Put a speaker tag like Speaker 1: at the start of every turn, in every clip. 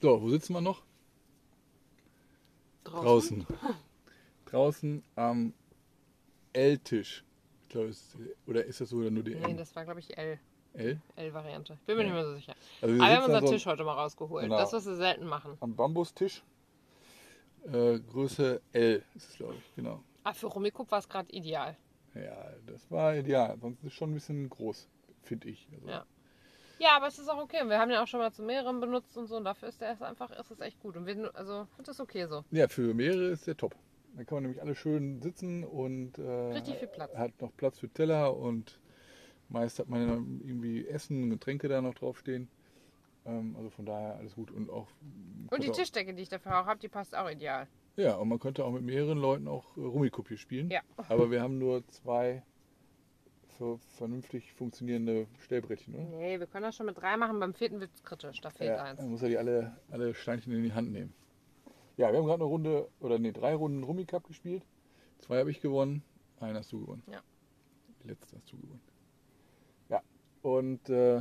Speaker 1: So, wo sitzen wir noch? Draußen. Draußen am L-Tisch. Ich glaube, es- Oder ist das so oder nur die
Speaker 2: Nee,
Speaker 1: M?
Speaker 2: das war, glaube ich, L.
Speaker 1: L?
Speaker 2: L-Variante. Bin mir nicht mehr so sicher.
Speaker 1: Also wir
Speaker 2: Aber Ah, wir haben
Speaker 1: sitzen
Speaker 2: unseren
Speaker 1: also
Speaker 2: Tisch heute mal rausgeholt.
Speaker 1: Genau.
Speaker 2: Das, was wir selten machen.
Speaker 1: am Bambustisch. Äh, Größe L ist es, glaube ich, genau.
Speaker 2: Ah, für Rummikub war es gerade ideal.
Speaker 1: Ja, das war ideal. Sonst ist es schon ein bisschen groß, finde ich. Also,
Speaker 2: Ja. Ja, aber es ist auch okay. Wir haben den auch schon mal zu mehreren benutzt und so. Und dafür ist der erst einfach, ist es echt gut. Und wir, also, das ist okay so.
Speaker 1: ja, für mehrere ist der top. Dann kann man nämlich alle schön sitzen und äh,
Speaker 2: Richtig viel Platz.
Speaker 1: hat noch Platz für Teller und meist hat man ja dann irgendwie Essen und Getränke da noch draufstehen. Ähm, also von daher alles gut und auch.
Speaker 2: Und die
Speaker 1: Tisch
Speaker 2: Tischdecke, die ich dafür auch habe, die passt auch ideal.
Speaker 1: Ja, und man könnte auch mit mehreren Leuten auch äh, Rummikupie spielen.
Speaker 2: Ja.
Speaker 1: Aber wir haben nur zwei ver- vernünftig funktionierende Stellbrettchen, oder?
Speaker 2: Nee, wir können das schon mit drei machen. Beim vierten wird es kritisch. Da fehlt
Speaker 1: ja,
Speaker 2: eins.
Speaker 1: man muss ja die alle, alle Steinchen in die Hand nehmen. Ja, wir haben gerade eine Runde, oder nee, drei Runden Rummy Cup gespielt. Zwei habe ich gewonnen, einen hast du gewonnen.
Speaker 2: Ja.
Speaker 1: Die letzte hast du gewonnen. Ja, und äh,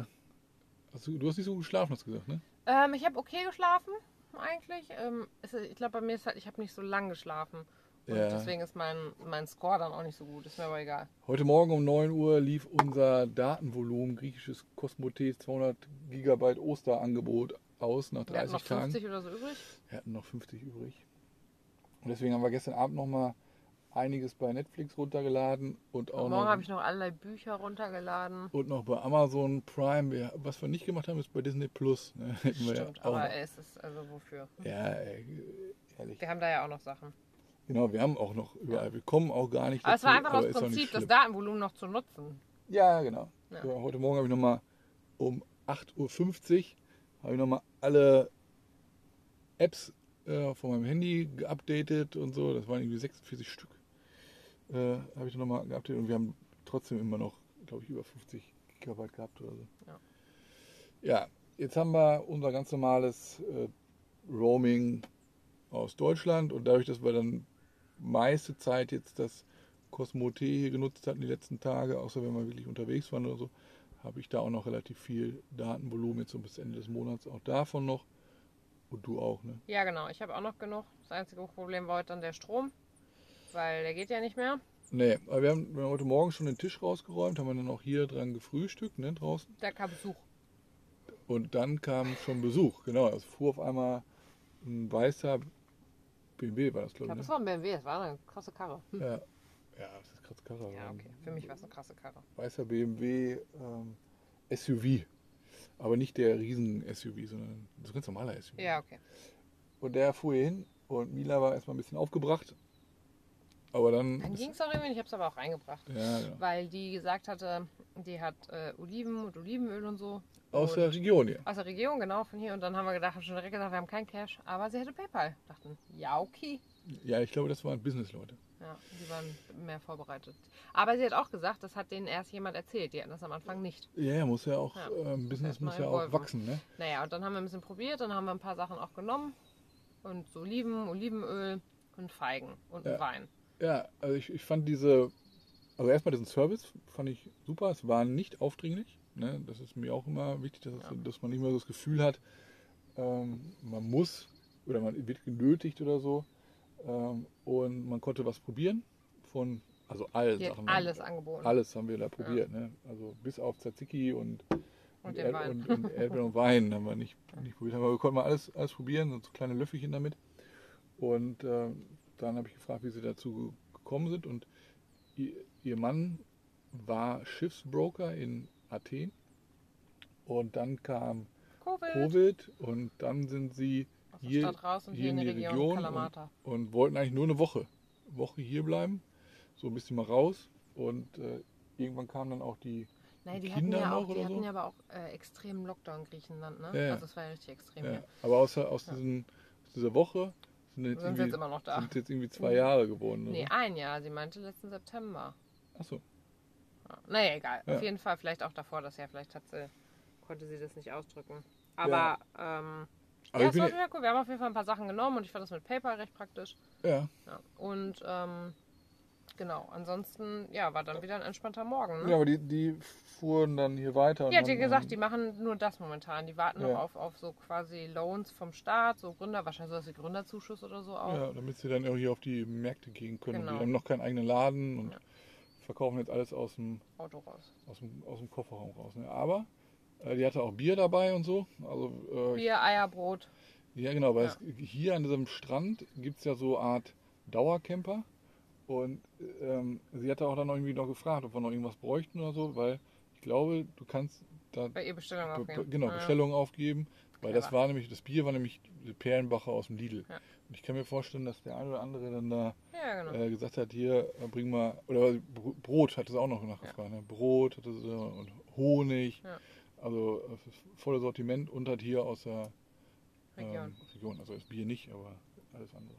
Speaker 1: hast du, du hast nicht so gut geschlafen, hast du gesagt, ne?
Speaker 2: Ähm, ich habe okay geschlafen, eigentlich. Ähm, es, ist- ich glaube, bei mir ist halt, ich habe nicht so lang geschlafen. Und
Speaker 1: Ja.
Speaker 2: deswegen ist mein, mein Score dann auch nicht so gut. Ist mir aber egal.
Speaker 1: Heute Morgen um 9 Uhr lief unser Datenvolumen griechisches Cosmotee 200 Gigabyte Osterangebot aus nach
Speaker 2: Wir hatten
Speaker 1: 30
Speaker 2: noch
Speaker 1: Tagen.
Speaker 2: 50 oder so übrig.
Speaker 1: Wir hatten noch 50 übrig. Und deswegen haben wir gestern Abend nochmal einiges bei Netflix runtergeladen und auch
Speaker 2: Am Morgen
Speaker 1: noch,
Speaker 2: habe ich noch allerlei Bücher runtergeladen.
Speaker 1: und noch bei Amazon Prime. Wir, was wir nicht gemacht haben, ist bei Disney Plus. Ne? Hätten wir ja
Speaker 2: Stimmt,
Speaker 1: auch
Speaker 2: aber
Speaker 1: noch.
Speaker 2: ey, es ist also wofür.
Speaker 1: Ja, ey, ehrlich.
Speaker 2: Wir haben da ja auch noch Sachen.
Speaker 1: Genau, wir haben auch noch überall. Wir kommen auch gar nicht
Speaker 2: Aber es war einfach aus
Speaker 1: ist doch nicht
Speaker 2: Prinzip,
Speaker 1: schlimm.
Speaker 2: das Datenvolumen noch zu nutzen.
Speaker 1: Ja, genau.
Speaker 2: Ja.
Speaker 1: So, heute Morgen habe ich nochmal um 8.50 Uhr habe ich nochmal alle Apps äh, von meinem Handy geupdatet und so. Das waren irgendwie 46 Stück. Äh, habe ich nochmal geupdatet und wir haben trotzdem immer noch, glaube ich, über 50 Gigabyte gehabt oder so.
Speaker 2: Ja.
Speaker 1: Ja, jetzt haben wir unser ganz normales äh, Roaming aus Deutschland und dadurch, dass wir dann meiste Zeit jetzt das Cosmote hier genutzt hatten die letzten Tage, außer wenn wir wirklich unterwegs waren oder so, habe ich da auch noch relativ viel Datenvolumen jetzt so bis Ende des Monats auch davon noch. Und du auch, ne?
Speaker 2: Ja, genau. Ich habe auch noch genug. Das einzige Problem war heute dann der Strom, weil der geht ja nicht mehr.
Speaker 1: Nee, aber wir haben, wir haben heute Morgen schon den Tisch rausgeräumt, haben wir dann auch hier dran gefrühstückt, ne, draußen.
Speaker 2: Da kam Besuch.
Speaker 1: Und dann kam schon Besuch, genau. Es fuhr auf einmal ein weißer BMW, war das,
Speaker 2: Ich
Speaker 1: glaube
Speaker 2: glaube,
Speaker 1: ich.
Speaker 2: das
Speaker 1: Ne?
Speaker 2: war ein BMW. Das war eine krasse Karre. Hm.
Speaker 1: Ja. ja, das ist krass Karre.
Speaker 2: Ja,
Speaker 1: aber ein
Speaker 2: okay. Für mich war es eine krasse Karre.
Speaker 1: Weißer BMW ähm, SUV. Aber nicht der Riesen-SUV, sondern so ein ganz normaler SUV.
Speaker 2: Ja, okay.
Speaker 1: Und der fuhr hier hin und Mila war erstmal ein bisschen aufgebracht. Aber dann.
Speaker 2: Dann ging es auch irgendwie. nicht. Ich habe es aber auch reingebracht.
Speaker 1: ja, genau.
Speaker 2: Weil die gesagt hatte, die hat äh, Oliven und Olivenöl und so.
Speaker 1: Aus
Speaker 2: Und-
Speaker 1: der Region hier.
Speaker 2: Aus der Region, genau, von hier. Und dann haben wir gedacht, haben schon direkt gesagt, wir haben keinen Cash, aber sie hätte PayPal. Dachten, ja, okay.
Speaker 1: Ja, ich glaube, das waren Business-Leute.
Speaker 2: Ja, die waren mehr vorbereitet. Aber sie hat auch gesagt, das hat denen erst jemand erzählt. Die hatten das am Anfang nicht.
Speaker 1: Ja, ja, muss ja auch,
Speaker 2: Ja,
Speaker 1: ähm, Business
Speaker 2: erstmal
Speaker 1: muss ja auch
Speaker 2: evolven.
Speaker 1: wachsen, ne?
Speaker 2: Naja, und dann haben wir ein bisschen probiert, dann haben wir ein paar Sachen auch genommen. Und so Oliven, Olivenöl und Feigen und
Speaker 1: Ja.
Speaker 2: einen Wein.
Speaker 1: Ja, also ich, ich fand diese, also erstmal diesen Service fand ich super. Es war nicht aufdringlich. Ne? Das ist mir auch immer wichtig, dass, es-
Speaker 2: Ja.
Speaker 1: dass man nicht mehr so das Gefühl hat, ähm, man muss oder man wird genötigt oder so. Ähm, und man konnte was probieren von, also alle
Speaker 2: Die hat
Speaker 1: Sachen.
Speaker 2: alles angeboten.
Speaker 1: Alles haben wir da probiert. Ne? Also bis auf Tzatziki und,
Speaker 2: Und den Wein.
Speaker 1: und, und Erdbeeren und Wein haben wir nicht, nicht probiert. Aber wir konnten mal alles, alles probieren, so kleine Löffelchen damit. Und äh, dann habe ich gefragt, wie sie dazu gekommen sind. Und ihr, ihr Mann war Schiffsbroker in Athen. Und dann kam
Speaker 2: Covid.
Speaker 1: Covid und dann sind sie
Speaker 2: Aus der
Speaker 1: hier,
Speaker 2: Stadt raus und
Speaker 1: hier in die Region, und,
Speaker 2: Kalamata.
Speaker 1: und wollten eigentlich nur eine Woche. Woche hier bleiben, so ein bisschen mal raus. Und äh, irgendwann kam dann auch die
Speaker 2: Nein,
Speaker 1: die
Speaker 2: die hatten
Speaker 1: Kinder
Speaker 2: ja
Speaker 1: noch
Speaker 2: auch, die
Speaker 1: oder so?
Speaker 2: hatten ja aber auch äh, extremen Lockdown in Griechenland, ne?
Speaker 1: Ja, ja.
Speaker 2: Also es war ja richtig extrem.
Speaker 1: Ja,
Speaker 2: hier.
Speaker 1: aber aus, aus, diesen, aus dieser Woche sind jetzt,
Speaker 2: Sind
Speaker 1: irgendwie,
Speaker 2: sie jetzt immer noch da? Mhm.
Speaker 1: sind jetzt irgendwie zwei Jahre geworden.
Speaker 2: Nee,
Speaker 1: Ne?
Speaker 2: ein Jahr. Sie meinte letzten September.
Speaker 1: Achso,
Speaker 2: Ja. Naja, egal.
Speaker 1: Ja.
Speaker 2: Auf jeden Fall, vielleicht auch davor das Jahr. Vielleicht hat sie, konnte sie das nicht ausdrücken. Aber, ähm,
Speaker 1: Aber
Speaker 2: ja,
Speaker 1: ich
Speaker 2: es
Speaker 1: bin-
Speaker 2: war total cool. Wir haben auf jeden Fall ein paar Sachen genommen und ich fand das mit PayPal recht praktisch.
Speaker 1: ja.
Speaker 2: Ja. Und, ähm, Genau, ansonsten, ja, war dann wieder ein entspannter Morgen. Ne?
Speaker 1: Ja, aber die, die fuhren dann hier weiter. und
Speaker 2: Die hat dir
Speaker 1: haben
Speaker 2: gesagt, die
Speaker 1: dann-
Speaker 2: machen nur das momentan. Die warten
Speaker 1: Ja.
Speaker 2: noch auf, auf so quasi Loans vom Staat, so Gründer, wahrscheinlich sowas wie Gründerzuschuss oder so auch.
Speaker 1: Ja, damit sie dann irgendwie auf die Märkte gehen können. Und
Speaker 2: Genau.
Speaker 1: Die haben noch keinen eigenen Laden und
Speaker 2: Ja.
Speaker 1: verkaufen jetzt alles aus dem,
Speaker 2: Auto raus.
Speaker 1: aus dem, aus dem Kofferraum raus. Ne? Aber äh, die hatte auch Bier dabei und so. Also, äh,
Speaker 2: Bier, Eier, Brot.
Speaker 1: ja, genau, weil
Speaker 2: Ja.
Speaker 1: Es, hier an diesem Strand gibt es ja so eine Art Dauercamper. Und ähm, sie hatte auch dann noch irgendwie noch gefragt, ob wir noch irgendwas bräuchten oder so, weil ich glaube, du kannst da
Speaker 2: Bei ihr Bestellung
Speaker 1: Be-
Speaker 2: aufnehmen.
Speaker 1: Be genau,
Speaker 2: Ja.
Speaker 1: Bestellungen aufgeben, weil das
Speaker 2: Clever.
Speaker 1: war nämlich, das Bier war nämlich Perlenbacher aus dem Lidl.
Speaker 2: Ja.
Speaker 1: Und ich kann mir vorstellen, dass der ein oder andere dann da
Speaker 2: Ja, genau.
Speaker 1: äh, gesagt hat, hier, äh, bring mal, oder Br- Brot hat es auch noch nachgefragt, ne? Brot hatte sie und Honig,
Speaker 2: Ja.
Speaker 1: also äh, f- volles Sortiment und hat hier aus der Ähm,
Speaker 2: Region.
Speaker 1: Region, also das Bier nicht, aber alles andere.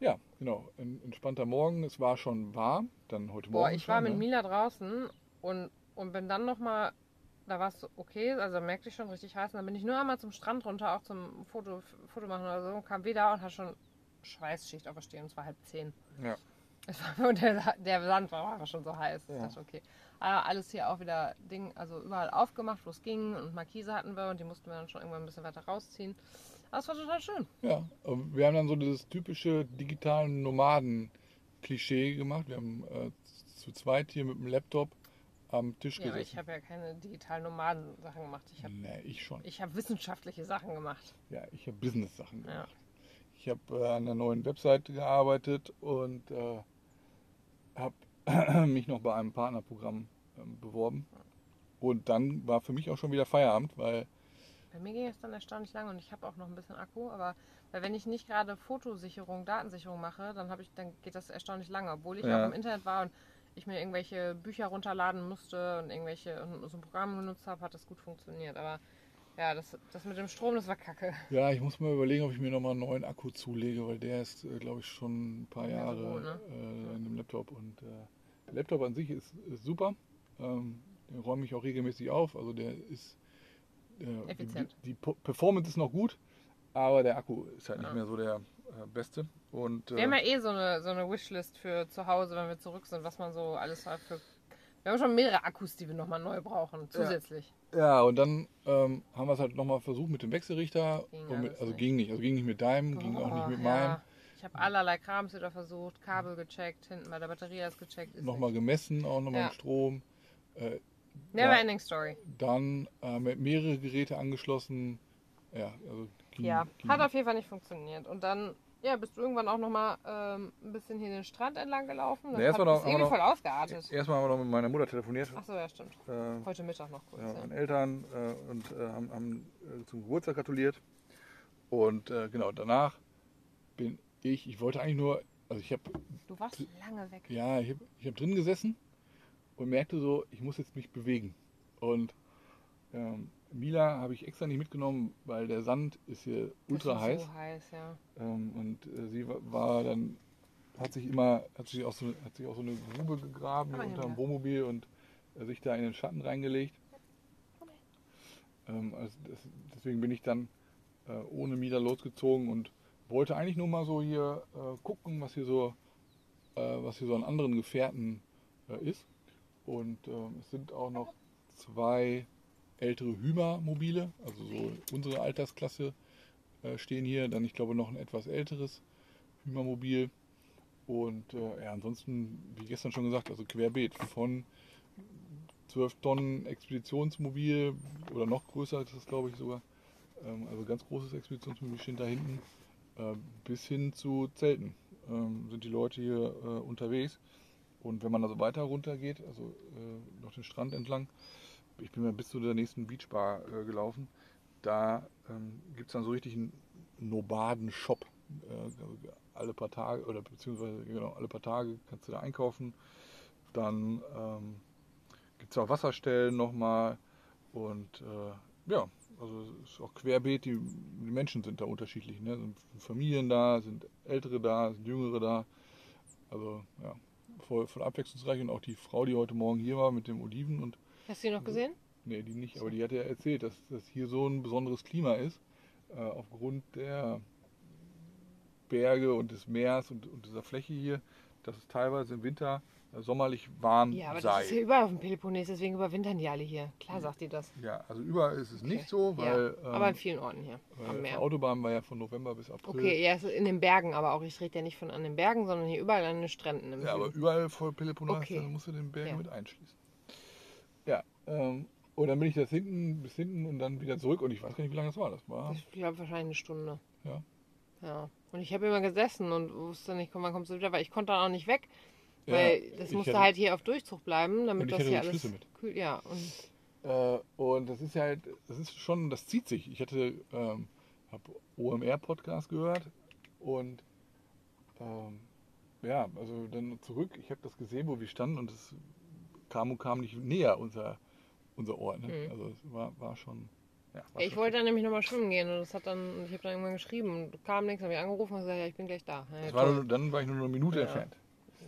Speaker 1: Ja, genau, ein entspannter Morgen, es war schon warm, dann heute
Speaker 2: Boah,
Speaker 1: Morgen
Speaker 2: ich
Speaker 1: schon,
Speaker 2: war mit
Speaker 1: ne?
Speaker 2: Mila draußen und, und bin dann nochmal, da war es okay, also da merkte ich schon richtig heiß. Und dann bin ich nur einmal zum Strand runter, auch zum Foto, Foto machen oder so, und kam wieder und hatte schon Schweißschicht auf der Stirn, es war halb zehn.
Speaker 1: Ja.
Speaker 2: Es war, und der, der Sand war war schon so heiß.
Speaker 1: Ja.
Speaker 2: Ich dachte, okay. Aber alles hier auch wieder Ding, also überall aufgemacht, wo es ging. Und Markise hatten wir und die mussten wir dann schon irgendwann ein bisschen weiter rausziehen. Aber es war total schön.
Speaker 1: Ja, aber wir haben dann so dieses typische digitalen Nomaden-Klischee gemacht. Wir haben äh, zu zweit hier mit dem Laptop am Tisch
Speaker 2: Ja, aber ich
Speaker 1: gesessen.
Speaker 2: habe ja keine digitalen Nomaden-Sachen gemacht. Ich habe
Speaker 1: nee, ich schon.
Speaker 2: ich hab wissenschaftliche Sachen gemacht.
Speaker 1: ja, ich habe Business-Sachen
Speaker 2: Ja.
Speaker 1: gemacht. Ich habe äh, an einer neuen Webseite gearbeitet und äh, habe mich noch bei einem Partnerprogramm ähm, beworben. Und dann war für mich auch schon wieder Feierabend, weil
Speaker 2: Bei mir ging es dann erstaunlich lange und ich habe auch noch ein bisschen Akku, aber weil wenn ich nicht gerade Fotosicherung, Datensicherung mache, dann habe ich, dann geht das erstaunlich lange, obwohl ich
Speaker 1: Ja.
Speaker 2: auch im Internet war und ich mir irgendwelche Bücher runterladen musste und irgendwelche und so ein Programm benutzt habe, hat das gut funktioniert. Aber ja, das, das mit dem Strom, das war kacke.
Speaker 1: Ja, ich muss mal überlegen, ob ich mir nochmal einen neuen Akku zulege, weil der ist, äh, glaube ich, schon ein paar
Speaker 2: Ja, so
Speaker 1: Jahre
Speaker 2: gut, ne?
Speaker 1: äh, in dem Laptop. Und äh, der Laptop an sich ist, ist super. Ähm, den räume ich auch regelmäßig auf. Also der ist. Äh,
Speaker 2: Effizient.
Speaker 1: Die, die Po- Performance ist noch gut, aber der Akku ist halt nicht
Speaker 2: Ja.
Speaker 1: mehr so der äh, beste. Und
Speaker 2: Wir haben ja
Speaker 1: äh,
Speaker 2: eh so eine, so eine Wishlist für zu Hause, wenn wir zurück sind, was man so alles hat für. Wir haben schon mehrere Akkus, die wir nochmal neu brauchen, zusätzlich.
Speaker 1: ja, und dann ähm, haben wir es halt nochmal versucht mit dem Wechselrichter.
Speaker 2: Ging
Speaker 1: und mit,
Speaker 2: alles
Speaker 1: also
Speaker 2: nicht.
Speaker 1: ging nicht. Also ging nicht mit deinem, ging auch nicht
Speaker 2: Boah,
Speaker 1: mit meinem.
Speaker 2: ja. Ich habe allerlei Krams wieder versucht, Kabel gecheckt, hinten bei der Batterie erst gecheckt. Ist
Speaker 1: Nochmal gemessen, auch nochmal
Speaker 2: Ja.
Speaker 1: im Strom. Äh,
Speaker 2: Never
Speaker 1: Ja.
Speaker 2: ending story.
Speaker 1: Dann äh, mit mehrere Geräte angeschlossen. Ja, also ging,
Speaker 2: Ja,
Speaker 1: ging.
Speaker 2: hat auf jeden Fall nicht funktioniert. Und dann ja, bist du irgendwann auch nochmal ähm, ein bisschen hier den Strand entlang gelaufen.
Speaker 1: Nee, erst
Speaker 2: Das
Speaker 1: mal noch-
Speaker 2: hat ist
Speaker 1: aber
Speaker 2: irgendwie
Speaker 1: noch-
Speaker 2: voll ausgeartet.
Speaker 1: Erstmal haben wir noch mit meiner Mutter telefoniert,
Speaker 2: Achso, ja, stimmt.
Speaker 1: äh, ja,
Speaker 2: Heute Mittag noch kurz. Ja,
Speaker 1: meinen Eltern äh, und äh, haben, haben äh, zum Geburtstag gratuliert. Und äh, genau, danach bin ich, ich wollte eigentlich nur, also ich habe
Speaker 2: Du warst lange weg.
Speaker 1: Ja, ich habe ich hab drin gesessen und merkte so, ich muss jetzt mich bewegen. Und ähm, Mila habe ich extra nicht mitgenommen, weil der Sand ist hier ultra
Speaker 2: das ist
Speaker 1: heiß.
Speaker 2: So heiß, ja.
Speaker 1: Ähm, und äh, sie wa- war dann, hat sich immer, hat sich auch so, eine- hat sich auch so eine Grube gegraben
Speaker 2: Komm mal
Speaker 1: unter
Speaker 2: hin,
Speaker 1: dem
Speaker 2: Ah, ja.
Speaker 1: Wohnmobil und äh, sich da in den Schatten reingelegt. Ähm, also das, deswegen bin ich dann äh, ohne Mieter losgezogen und wollte eigentlich nur mal so hier äh, gucken, was hier so, äh, was hier so an anderen Gefährten äh, ist. Und ähm, es sind auch noch zwei ältere Hümer-Mobile, also so unsere Altersklasse, äh, stehen hier. Dann, ich glaube, noch ein etwas älteres Hümer-Mobil. Und äh, ja, ansonsten, wie gestern schon gesagt, also querbeet von 12 Tonnen Expeditionsmobil oder noch größer ist das, glaube ich, sogar. Ähm, also ganz großes Expeditionsmobil steht da hinten. Äh, bis hin zu Zelten ähm, sind die Leute hier äh, unterwegs. Und wenn man also weiter runter geht, also äh, noch den Strand entlang, ich bin mal bis zu der nächsten Beachbar äh, gelaufen, da ähm, gibt es dann so richtig einen Nomaden-Shop. Äh, also alle paar Tage, oder beziehungsweise genau, alle paar Tage kannst du da einkaufen. Dann ähm, gibt es auch Wasserstellen nochmal. Und äh, ja, also es ist auch querbeet, die, die Menschen sind da unterschiedlich. Ne? Sind Familien da, sind Ältere da, sind Jüngere da. Also ja, voll, voll abwechslungsreich. Und auch die Frau, die heute Morgen hier war mit dem Oliven und
Speaker 2: Hast du ihn noch gesehen?
Speaker 1: Nee, die nicht, aber die hat ja erzählt, dass das hier so ein besonderes Klima ist, äh, aufgrund der Berge und des Meers und, und dieser Fläche hier, dass es teilweise im Winter äh, sommerlich warm
Speaker 2: Ja, aber das ist ja
Speaker 1: sei.
Speaker 2: überall auf dem Peloponnes, deswegen überwintern die alle hier. Klar sagt die das.
Speaker 1: Ja, also überall ist es nicht so, weil,
Speaker 2: ja, aber in
Speaker 1: ähm,
Speaker 2: vielen Orten hier.
Speaker 1: weil
Speaker 2: Am
Speaker 1: auf der
Speaker 2: Meer.
Speaker 1: Autobahn war ja von November bis April.
Speaker 2: Okay, ja, es ist in den Bergen aber auch. Ich rede ja nicht von an den Bergen, sondern hier überall an den Stränden. Im
Speaker 1: Ja, aber
Speaker 2: Süden.
Speaker 1: überall voll Peloponnes,
Speaker 2: Okay.
Speaker 1: dann musst du den Berg
Speaker 2: Ja.
Speaker 1: mit einschließen. Ja, ähm, und dann bin ich das hinten bis hinten und dann wieder zurück und ich weiß gar nicht, wie lange das war. Das war,
Speaker 2: Das- Ich glaube wahrscheinlich eine Stunde.
Speaker 1: ja.
Speaker 2: Ja. Und ich habe immer gesessen und wusste nicht, komm, wann kommst du wieder, weil ich konnte dann auch nicht weg.
Speaker 1: Ja,
Speaker 2: weil das
Speaker 1: ich
Speaker 2: musste
Speaker 1: hatte-
Speaker 2: halt hier auf Durchzug bleiben,
Speaker 1: Und
Speaker 2: damit
Speaker 1: ich
Speaker 2: das
Speaker 1: hatte
Speaker 2: hier
Speaker 1: den
Speaker 2: alles
Speaker 1: Schlüssel mit.
Speaker 2: kühl. Ja, und
Speaker 1: Äh, und das ist ja halt, das ist schon, das zieht sich. Ich hatte, ähm, habe OMR-Podcast gehört und ähm, ja, also dann zurück. Ich habe das gesehen, wo wir standen und es kam und kam nicht näher unser, unser Ort. Ne?
Speaker 2: Mhm.
Speaker 1: Also es war, war schon. Ja, war
Speaker 2: ja, ich
Speaker 1: schon
Speaker 2: wollte dann nämlich nochmal schwimmen gehen und das hat dann, und ich habe dann irgendwann geschrieben und kam nichts, habe ich angerufen und gesagt, ja, ich bin gleich da. Ja,
Speaker 1: Das
Speaker 2: ja,
Speaker 1: war
Speaker 2: toll.
Speaker 1: nur, dann war ich nur eine Minute
Speaker 2: Ja.
Speaker 1: entfernt.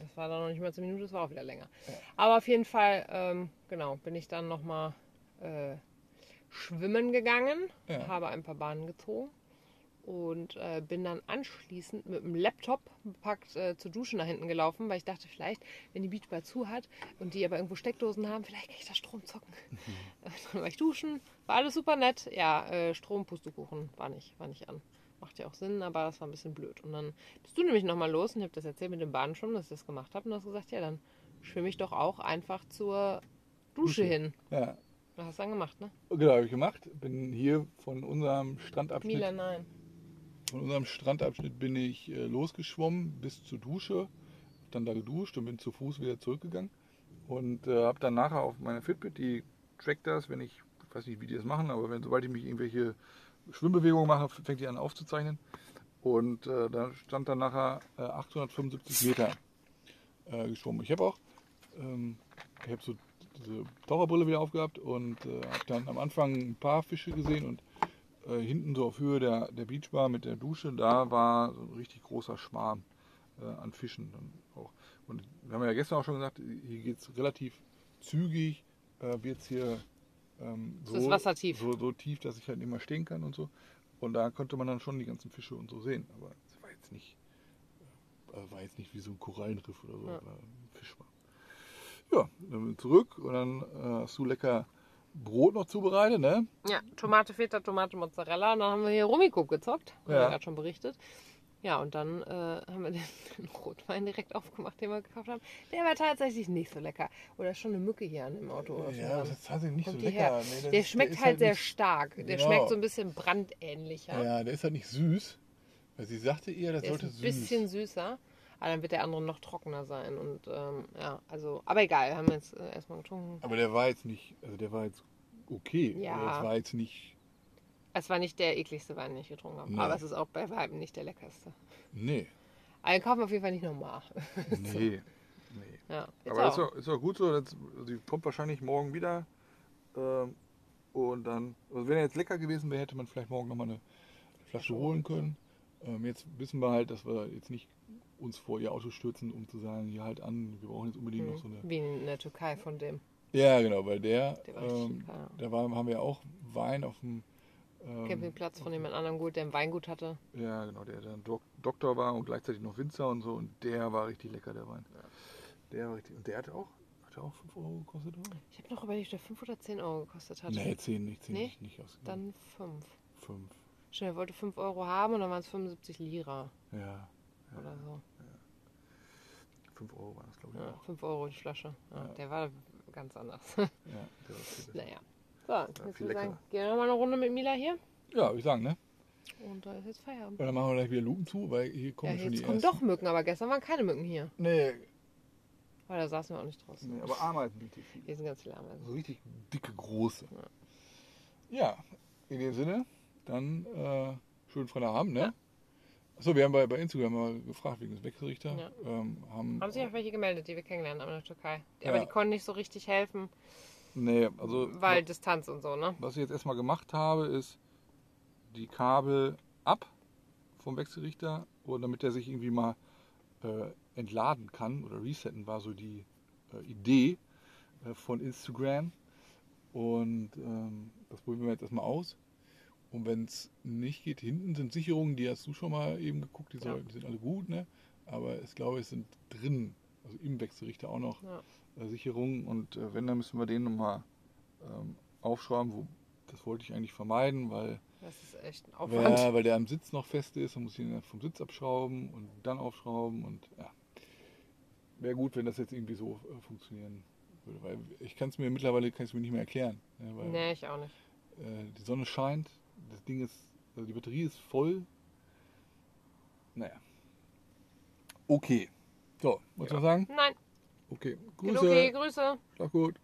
Speaker 2: Das war dann noch nicht mal zehn Minuten, das war auch wieder länger. Aber auf jeden Fall, ähm, genau, bin ich dann nochmal äh, schwimmen gegangen,
Speaker 1: Ja.
Speaker 2: habe ein paar Bahnen gezogen und äh, bin dann anschließend mit dem Laptop bepackt äh, zur Dusche nach hinten gelaufen, weil ich dachte, vielleicht, wenn die Beachbar zu hat und die aber irgendwo Steckdosen haben, vielleicht kann ich da Strom zocken. dann war ich duschen, war alles super nett. Ja, äh, Strom, Pustekuchen, war nicht, war nicht an. Macht ja auch Sinn, aber das war ein bisschen blöd. Und dann bist du nämlich nochmal los und ich habe das erzählt mit den Bahnen schon, dass ich das gemacht habe und du hast gesagt, ja, dann schwimme ich doch auch einfach zur Dusche
Speaker 1: Dusche.
Speaker 2: hin.
Speaker 1: Ja,
Speaker 2: Das hast du dann gemacht, ne?
Speaker 1: genau, habe ich gemacht. Bin hier von unserem Strandabschnitt,
Speaker 2: Milan, nein.
Speaker 1: von unserem Strandabschnitt bin ich äh, losgeschwommen bis zur Dusche, hab dann da geduscht und bin zu Fuß wieder zurückgegangen und äh, habe dann nachher auf meiner Fitbit, die trackt das, wenn ich, ich weiß nicht, wie die das machen, aber wenn sobald ich mich irgendwelche Schwimmbewegungen mache, fängt die an aufzuzeichnen und äh, da stand dann nachher äh, 875 Meter äh, geschwommen. Ich habe auch, ähm, ich habe so diese Taucherbrille wieder aufgehabt und äh, habe dann am Anfang ein paar Fische gesehen und äh, hinten so auf Höhe der, der Beachbar mit der Dusche, da war so ein richtig großer Schwarm äh, an Fischen dann auch. Und wir haben ja gestern auch schon gesagt, hier geht es relativ zügig, äh, wird es hier ähm,
Speaker 2: Es ist wassertief.
Speaker 1: So, so tief, dass ich halt nicht mehr stehen kann und so. Und da konnte man dann schon die ganzen Fische und so sehen. Aber es war jetzt nicht, äh, war jetzt nicht wie so ein Korallenriff oder so,
Speaker 2: Ja.
Speaker 1: aber ein Fischschwarm. Ja, dann bin ich zurück und dann äh, hast du lecker Brot noch zubereitet, ne?
Speaker 2: Ja, Tomate Feta, Tomate Mozzarella und dann haben wir hier Rumiko gezockt, haben
Speaker 1: Ja.
Speaker 2: wir gerade schon berichtet. Ja, und dann äh, haben wir den, den Rotwein direkt aufgemacht, den wir gekauft haben. Der war tatsächlich nicht so lecker. Oder schon eine Mücke hier an dem Auto. auf dem
Speaker 1: Ja,
Speaker 2: Rand.
Speaker 1: das ist tatsächlich nicht
Speaker 2: Kommt
Speaker 1: so
Speaker 2: die
Speaker 1: lecker.
Speaker 2: her.
Speaker 1: Nee, das
Speaker 2: der
Speaker 1: ist-
Speaker 2: schmeckt
Speaker 1: ist
Speaker 2: halt, sehr
Speaker 1: nicht-
Speaker 2: stark. Der
Speaker 1: Genau.
Speaker 2: schmeckt so ein bisschen brandähnlicher.
Speaker 1: Ja, der ist halt nicht süß. Weil sie sagte ihr, das
Speaker 2: der ist
Speaker 1: sollte
Speaker 2: ein
Speaker 1: süß.
Speaker 2: bisschen süßer. Aber dann wird der andere noch trockener sein. Und ähm, ja, also, aber egal, wir haben jetzt äh, erstmal getrunken.
Speaker 1: Aber der war jetzt nicht, also der war jetzt okay.
Speaker 2: Ja.
Speaker 1: Aber das war jetzt nicht,
Speaker 2: Es war nicht der ekligste Wein, den ich getrunken habe.
Speaker 1: Nee.
Speaker 2: Aber es ist auch bei Weiben nicht der leckerste.
Speaker 1: nee,
Speaker 2: Aber den kaufen wir auf jeden Fall nicht nochmal.
Speaker 1: nee, nee.
Speaker 2: Ja, jetzt
Speaker 1: Aber das ist
Speaker 2: auch.
Speaker 1: auch, ist auch gut so. Jetzt, sie kommt wahrscheinlich morgen wieder. Ähm, und dann, also wenn er jetzt lecker gewesen wäre, hätte man vielleicht morgen nochmal eine Flasche holen können. Ähm, jetzt wissen wir halt, dass wir jetzt nicht uns vor ihr Auto stürzen, um zu sagen, hier halt an, wir brauchen jetzt unbedingt noch so eine.
Speaker 2: Wie in der Türkei von dem.
Speaker 1: Ja, genau, weil der,
Speaker 2: Mhm. Der war richtig
Speaker 1: ähm,
Speaker 2: lecker, ja.
Speaker 1: da war, haben wir auch Wein auf dem. Ähm,
Speaker 2: Campingplatz von jemand anderem gut, der ein Weingut hatte.
Speaker 1: ja, genau, der dann Dok Doktor war und gleichzeitig noch Winzer und so. Und der war richtig lecker, der Wein. Der war richtig. Und der hat auch, hat auch 5 Euro gekostet, oder?
Speaker 2: Ich habe noch überlegt, ob der 5 oder 10 Euro gekostet hat.
Speaker 1: Nee, 10 nicht, 10
Speaker 2: Nee?
Speaker 1: nicht, nicht ausgegeben.
Speaker 2: Dann 5.
Speaker 1: Fünf.
Speaker 2: Stimmt, er wollte 5 Euro haben und dann waren es 75 Lira
Speaker 1: Ja,
Speaker 2: oder so.
Speaker 1: fünf Euro waren das, glaube ich.
Speaker 2: Ja,
Speaker 1: Auch.
Speaker 2: 5 Euro die Flasche. Ja,
Speaker 1: Ja.
Speaker 2: Der war ganz anders.
Speaker 1: Ja, der war viel besser.
Speaker 2: naja. So,
Speaker 1: viel
Speaker 2: jetzt würde ich sagen,
Speaker 1: leckerer.
Speaker 2: gehen wir nochmal eine Runde mit Mila hier.
Speaker 1: ja würde ich sagen, ne?
Speaker 2: Und da ist jetzt Feierabend.
Speaker 1: Und dann machen wir gleich wieder Lupen zu, weil hier
Speaker 2: Ja,
Speaker 1: kommen schon die
Speaker 2: jetzt kommen
Speaker 1: ersten.
Speaker 2: doch Mücken, aber gestern waren keine Mücken hier.
Speaker 1: Nee,
Speaker 2: Weil da saßen wir auch nicht draußen.
Speaker 1: nee, aber Ameisen richtig viele.
Speaker 2: Hier sind ganz viele Ameisen.
Speaker 1: So richtig dicke, große. Ja, in dem Sinne, dann äh, schönen Freitagabend, ne?
Speaker 2: Ja.
Speaker 1: Achso, wir haben bei, bei Instagram mal gefragt wegen des Wechselrichter.
Speaker 2: Ja.
Speaker 1: Ähm, haben,
Speaker 2: Haben sich auch welche gemeldet, die wir kennengelernt haben in der Türkei. Aber
Speaker 1: Ja.
Speaker 2: die konnten nicht so richtig helfen,
Speaker 1: Nee, also
Speaker 2: weil Distanz und so, ne?
Speaker 1: was ich jetzt erstmal gemacht habe, ist die Kabel ab vom Wechselrichter und damit er sich irgendwie mal äh, entladen kann oder resetten, war so die äh, Idee äh, von Instagram. Und ähm, das probieren wir jetzt erstmal aus. Und wenn es nicht geht, hinten sind Sicherungen, die hast du schon mal eben geguckt, die, soll,
Speaker 2: Ja.
Speaker 1: die sind alle gut, ne? Aber ich glaube, es sind drin, also im Wechselrichter auch noch
Speaker 2: Ja.
Speaker 1: äh, Sicherungen. Und äh, wenn, dann müssen wir den nochmal ähm, aufschrauben. Wo, das wollte ich eigentlich vermeiden, weil,
Speaker 2: Das ist echt ein
Speaker 1: weil,
Speaker 2: Aufwand.
Speaker 1: weil der am Sitz noch fest ist. Dann muss ich ihn vom Sitz abschrauben und dann aufschrauben. Und ja, wäre gut, wenn das jetzt irgendwie so äh, funktionieren würde. Weil ich kann es mir mittlerweile kann ich's mir nicht mehr erklären. Ne, weil,
Speaker 2: Nee, ich auch nicht.
Speaker 1: äh, die Sonne scheint, das Ding ist, also die Batterie ist voll. Naja. Okay. So, muss
Speaker 2: Ja.
Speaker 1: man sagen?
Speaker 2: Nein,
Speaker 1: Okay.
Speaker 2: Grüße.
Speaker 1: Grüße.
Speaker 2: okay, Grüße.
Speaker 1: Mach gut.